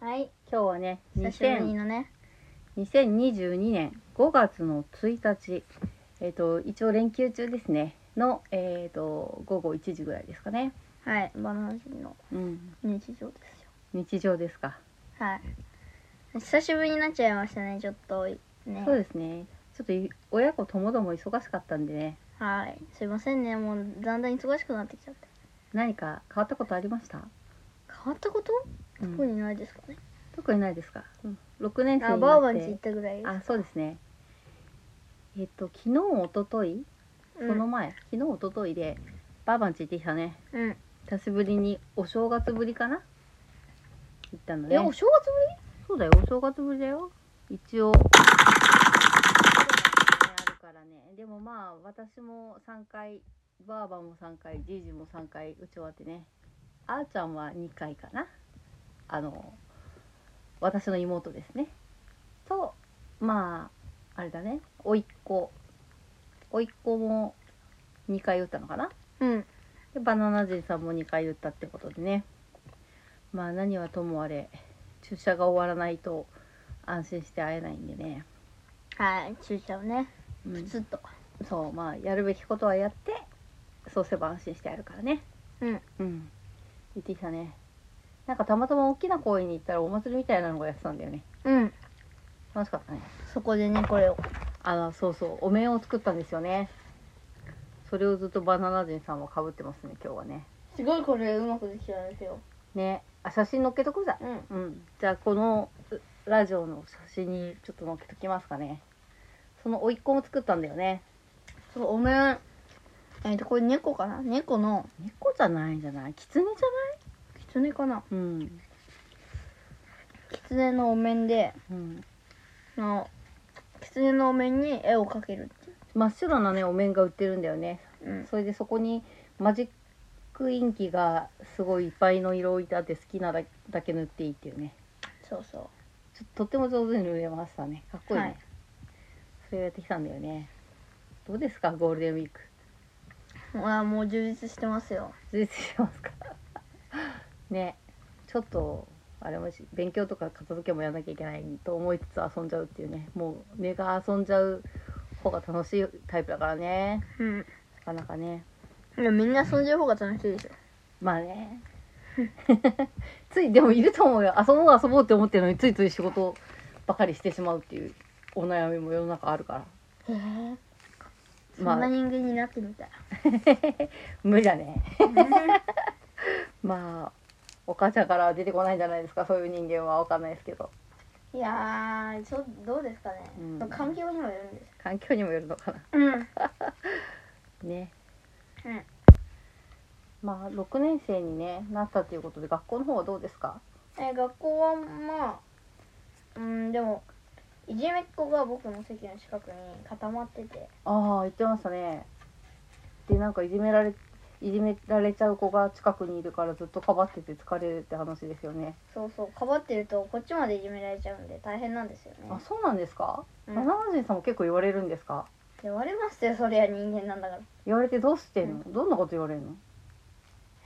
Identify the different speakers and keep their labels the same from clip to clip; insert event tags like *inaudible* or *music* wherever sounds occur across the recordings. Speaker 1: はい
Speaker 2: 今日はね
Speaker 1: 久しぶり
Speaker 2: 2000
Speaker 1: のね
Speaker 2: 2022年5月の1日えっ、と一応連休中ですねのえっ、と午後1時ぐらいですかね
Speaker 1: はいバナナ人の
Speaker 2: うん
Speaker 1: 日常ですよ
Speaker 2: 日常ですか、
Speaker 1: はい久しぶりになっちゃいましたねちょっとね
Speaker 2: そうですねちょっとい親子ともども忙しかったんでね
Speaker 1: はいすいませんねもうだんだん忙しくなってきちゃって
Speaker 2: 何か変わったことありました、
Speaker 1: 変わったこと
Speaker 2: うん
Speaker 1: 特にないですかね、
Speaker 2: 特にないですか、うん、6年生
Speaker 1: あ
Speaker 2: に
Speaker 1: バー
Speaker 2: な
Speaker 1: バ
Speaker 2: っ
Speaker 1: ンチ行ってたぐらいです
Speaker 2: あそうですねえっ、と昨日一昨日そ
Speaker 1: うん
Speaker 2: の前、昨日一昨日でバーバンチ行ってきたね
Speaker 1: うん、
Speaker 2: 久しぶりにお正月ぶりかな行ったの
Speaker 1: えお
Speaker 2: ね
Speaker 1: 正月ぶり
Speaker 2: そうだよお正月ぶりだよ一応あるからねでもまあ私も3回ばあばも3回じいじも3回うち終わってねあーちゃんは2回かなあの私の妹ですねとまああれだね甥っ子甥っ子も2回打ったのかな
Speaker 1: うん
Speaker 2: でバナナ人さんも2回言ったってことでねまあ何はともあれ注射が終わらないと安心して会えないんでね、
Speaker 1: はい注射をね
Speaker 2: うん
Speaker 1: プツッと
Speaker 2: そうまあやるべきことはやってそうすれば安心して会えるからね
Speaker 1: うん
Speaker 2: うん行ってきたねなんかたまたま大きな公園に行ったらお祭りみたいなのがやってたんだよね
Speaker 1: うん
Speaker 2: 楽しかったね
Speaker 1: そこでねこれを
Speaker 2: あのそうそうお面を作ったんですよねそれをずっとバナナ人さんはかぶってますね今日はね
Speaker 1: すごいこれうまくできたんですよ
Speaker 2: ねあ写真載っけとくじゃん
Speaker 1: うん
Speaker 2: うん、じゃあこのうラジオの写真にちょっと載っけときますかねその甥っ子も作ったんだよね
Speaker 1: そうお面えっとこれ猫かな猫の
Speaker 2: 猫じゃないんじゃない狐じ
Speaker 1: 狐か
Speaker 2: ゃ
Speaker 1: な
Speaker 2: ないうん、
Speaker 1: 狐のお面で
Speaker 2: うん、
Speaker 1: あの狐のお面に絵を描けるってい
Speaker 2: 真っ白なねお面が売ってるんだよね
Speaker 1: う、うん、
Speaker 2: それでそこにマジックインキがすごいいっぱいの色をいたって好きなだだけ塗っていいっていうね
Speaker 1: そうそ
Speaker 2: ちょとっても上手に塗れましたねかっこいいね、
Speaker 1: はい
Speaker 2: それをやってきたんだよねどうですかゴールデンウィーク
Speaker 1: うあもう充実してますよ
Speaker 2: 充実してますか *laughs* ねちょっとあれもし勉強とか片付けもやらなきゃいけないと思いつつ遊んじゃうっていうねもう目が遊んじゃう方が楽しいタイプだからね
Speaker 1: うん
Speaker 2: なかなかね
Speaker 1: いやみんな遊んでる方が楽しいでしょ
Speaker 2: まあね *laughs* ついでもいると思うよ遊ぼう遊ぼうって思ってるのについつい仕事ばかりしてしまうっていうお悩みも世の中あるから
Speaker 1: へえそん
Speaker 2: ま
Speaker 1: な
Speaker 2: あ
Speaker 1: 人間になってみたい、
Speaker 2: 無理だねまあお母ちゃんからは出てこないんじゃないですかそういう人間は分かんないですけど
Speaker 1: *laughs* いやーちょどうですかね、
Speaker 2: うん
Speaker 1: 環境にもよるんです
Speaker 2: 環境にもよるのかな
Speaker 1: うんうん
Speaker 2: ねまあ6年生に、ね、なったということで学校の方はどうですか
Speaker 1: え学校はまあうんでもいじめっ子が僕の席の近くに固まってて
Speaker 2: ああ言ってましたねでなんかいじめられいじめられちゃう子が近くにいるからずっとかばってて疲れるって話ですよね、
Speaker 1: そうそうかばってるとこっちまでいじめられちゃうんで大変なんですよね
Speaker 2: あそうなんですか、
Speaker 1: う
Speaker 2: バ
Speaker 1: ん
Speaker 2: ナナ人さんも結構言われるんですか
Speaker 1: 言われますよそりゃ人間なんだから
Speaker 2: 言われてどうしてんの、どんなこと言われるの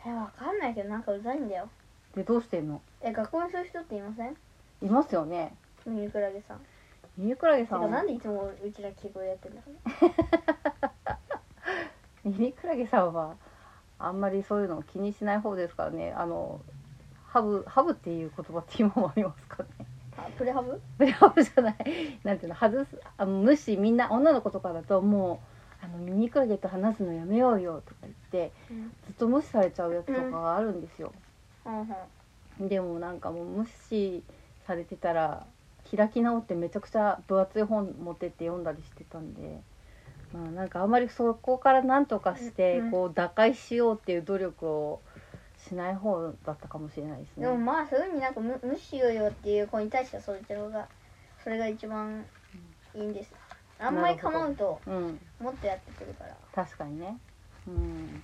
Speaker 1: えわかんないけどなんかうざいんだよ
Speaker 2: でどうしてんの
Speaker 1: え学校にそういう人っていません
Speaker 2: いますよね
Speaker 1: ミニクラゲさんて
Speaker 2: ミニクラゲさん
Speaker 1: か
Speaker 2: は
Speaker 1: なんでいつもうちら敬語でやってんだろうね
Speaker 2: ミニクラゲさんはあんまりそういうのを気にしない方ですからねあのハブハブっていう言葉って今もありますかね
Speaker 1: あプレハブ
Speaker 2: プ *laughs* レハブじゃないなんていうの外すあの無視みんな女の子とかだともうあのミニクラゲと話すのやめようよとか言って
Speaker 1: うん
Speaker 2: ずっと無視されちゃうやつとかがあるんですよ、
Speaker 1: うんうん
Speaker 2: でもなんかもう無視されてたら開き直ってめちゃくちゃ分厚い本持ってって読んだりしてたんで。まあ、なんかあんまりそこから何とかして
Speaker 1: うんうん
Speaker 2: こう打開しようっていう努力をしない方だったかもしれないですね
Speaker 1: で。もまあそういうふうになんか無無視しようよっていう子に対してはそう言ってる方がそれが一番いいんですあんまり構うと
Speaker 2: うん、
Speaker 1: もっとやってくるから
Speaker 2: 確かにねうん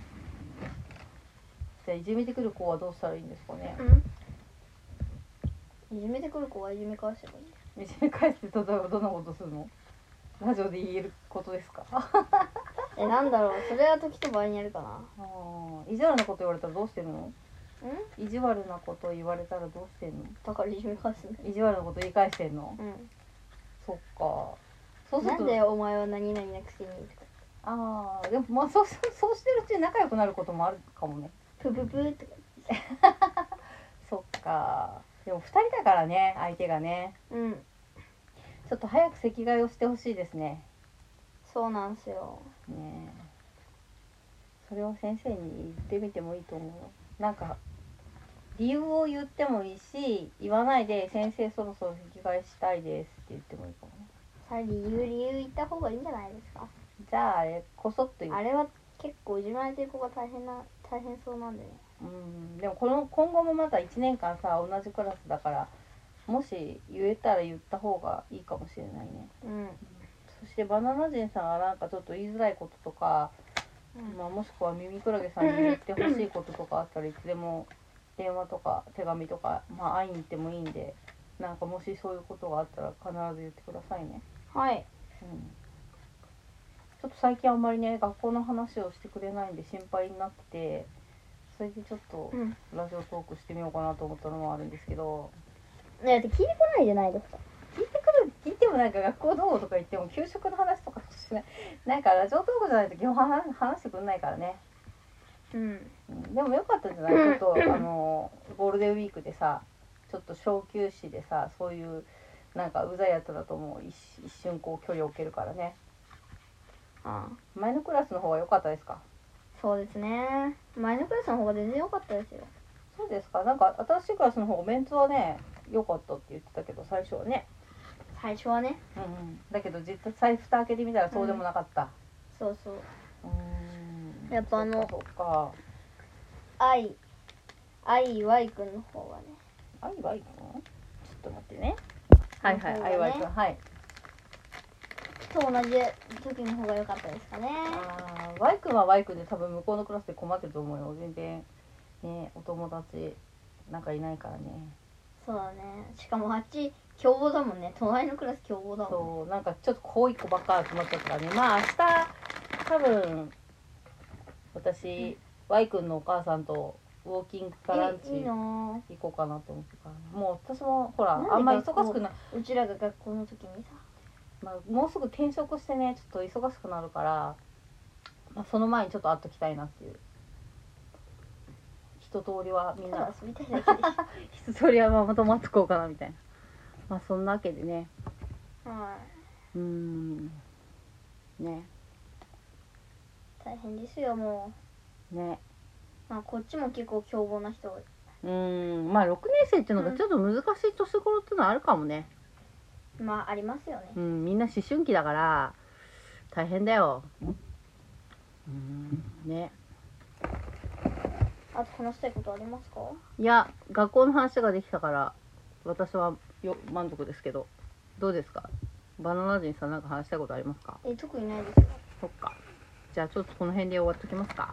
Speaker 2: じゃあいじめてくる子はどうしたらいいんですかね
Speaker 1: いじめてくる子はいじめ返せばいいんだよ
Speaker 2: いじめ返して例えばどんなことするのラジオで言えることですかあ
Speaker 1: えなんだろうそれは時と場合にやるかな
Speaker 2: あ意地悪なこと言われたらどうしてるの
Speaker 1: うん
Speaker 2: 意地悪なこと言われたらどうしてんの
Speaker 1: だからいじめ返すね
Speaker 2: 意地悪なこと言い返してんの
Speaker 1: う
Speaker 2: そっかそうんする
Speaker 1: な
Speaker 2: と
Speaker 1: んでお前は何々なくせにとか
Speaker 2: ああでもまあそうそうそうしてるうちに仲良くなることもあるかもね
Speaker 1: プププとか
Speaker 2: そっかでも2人だからね相手がね
Speaker 1: うん
Speaker 2: ちょっと早く席替えをしてほしいですね
Speaker 1: そうなんすよ
Speaker 2: ねえそれを先生に言ってみてもいいと思うよなんか理由を言ってもいいし言わないで「先生そろそろ席替えしたいです」って言ってもいいかもね
Speaker 1: さあ理由理由言った方がいいんじゃないですか
Speaker 2: じゃああれこそっと言
Speaker 1: あ
Speaker 2: う
Speaker 1: れは結構いじめられてる子が大変な大変そうなんでね
Speaker 2: うんでもこの今後もまた1年間さ同じクラスだからもし言えたら言った方がいいかもしれないね
Speaker 1: うん
Speaker 2: そしてバナナ人さんはなんかちょっと言いづらいこととか、
Speaker 1: うん
Speaker 2: まあ、もしくはミミクラゲさんに言ってほしいこととかあったらいつでも電話とか手紙とか、まあ、会いに行ってもいいんでなんかもしそういうことがあったら必ず言ってくださいね、
Speaker 1: はい
Speaker 2: うん、ちょっと最近あんまりね学校の話をしてくれないんで心配になってそれでちょっと
Speaker 1: うん
Speaker 2: ラジオトークしてみようかなと思ったのもあるんですけど
Speaker 1: だって聞いてこないじゃないですか
Speaker 2: 聞いてくる聞いてもなんか学校どうとか言っても給食の話とかしないなんかラジオトークじゃないと基本話話してくんないからね、
Speaker 1: うん
Speaker 2: うん、でもよかったんじゃないちょ *laughs* っとあのゴールデンウィークでさちょっと小休止でさそういうなんかうざいやつだともう一一瞬こう距離を置けるからね
Speaker 1: ああ
Speaker 2: 前のクラスの方が良かったですか
Speaker 1: そうですね前のクラスの方が全然良かったですよ
Speaker 2: そうですかなんか新しいクラスの方がメンツはね良かったって言ってたけど最初はね、
Speaker 1: 最初はね
Speaker 2: うんうん、だけど実際蓋開けてみたらそうでもなかった、
Speaker 1: そうそう
Speaker 2: うん
Speaker 1: やっぱあの
Speaker 2: そっかそっか
Speaker 1: 愛愛 Y 君の方がね
Speaker 2: アイワイ君ちょっと待ってね。
Speaker 1: はいはい
Speaker 2: アイワイ君、はい。
Speaker 1: と同じ時の方が良かったですかね
Speaker 2: あーワイ君はワイ君で多分向こうのクラスで困ってると思うよ。全然、ね、お友達なんかいないからね。
Speaker 1: そうだねしかもあっち凶暴だもんね隣のクラス凶暴だもん
Speaker 2: そう、なんかちょっとこう一個ばっか集まっちゃったからね。まあ明日、多分、私、ワイ君のお母さんとウォーキングかランチ
Speaker 1: えいい
Speaker 2: 行
Speaker 1: な
Speaker 2: こうかなと思ってからね、もう私もほら
Speaker 1: なん、で
Speaker 2: あんまり
Speaker 1: 学校
Speaker 2: 忙しくない。
Speaker 1: ぁうちらが学校の時にさ
Speaker 2: まあ、もうすぐ転職してねちょっと忙しくなるから、まあ、その前にちょっと会っときたいなっていう一通りはみん
Speaker 1: ただ
Speaker 2: な
Speaker 1: 遊びたいだけで
Speaker 2: *laughs*
Speaker 1: し
Speaker 2: 一通りはまあまとまっとこうかなみたいなまあそんなわけでね
Speaker 1: ょ *laughs* は
Speaker 2: うーんね
Speaker 1: い大変ですよも
Speaker 2: ね
Speaker 1: うまあこっちも結構凶暴な人多いう
Speaker 2: ーんまあ6年生っていうのがちょっと難しい年頃っていうのはあるかもね
Speaker 1: まあありますよね
Speaker 2: うんみんな思春期だから大変だようーんね
Speaker 1: あと話したいことありますか
Speaker 2: いや学校の話ができたから私はよ満足ですけどどうですかバナナ人さんなんか話したいことありますか
Speaker 1: え特にないですよ
Speaker 2: そっかじゃあちょっとこの辺で終わっときますか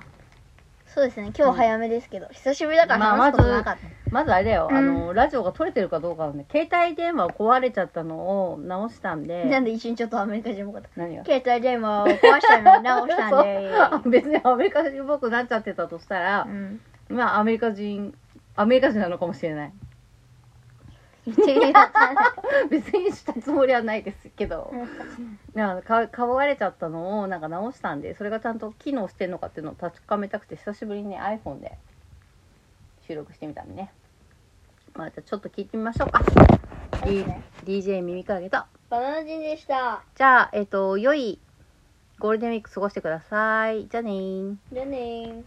Speaker 1: そうですね今日早めですけど、久しぶりだから
Speaker 2: まあ
Speaker 1: 話すことなかった、
Speaker 2: まずあれだよ、
Speaker 1: うん
Speaker 2: あのラジオが取れてるかどうかなんで携帯電話壊れちゃったのを直したんで
Speaker 1: なんで一瞬ちょっとアメリカ人っぽかった
Speaker 2: 何が
Speaker 1: 携帯電話を壊したのに直したんで
Speaker 2: そう別にアメリカ人っぽくなっちゃってたとしたら
Speaker 1: *laughs* う、ん
Speaker 2: まあアメリカ人アメリカ人なのかもしれない
Speaker 1: 言ってみた
Speaker 2: 別にしたつもりはないですけど、なんかかわれちゃったのをなんか直したんでそれがちゃんと機能してんのかっていうのを確かめたくて久しぶりにね iPhone で収録してみたんでねまあじゃあちょっと聞いてみましょうか、D- DJ 耳かげと
Speaker 1: *laughs* バナナ人でした
Speaker 2: じゃあえっ、と良いゴールデンウィーク過ごしてくださいじゃあねー
Speaker 1: じゃあねー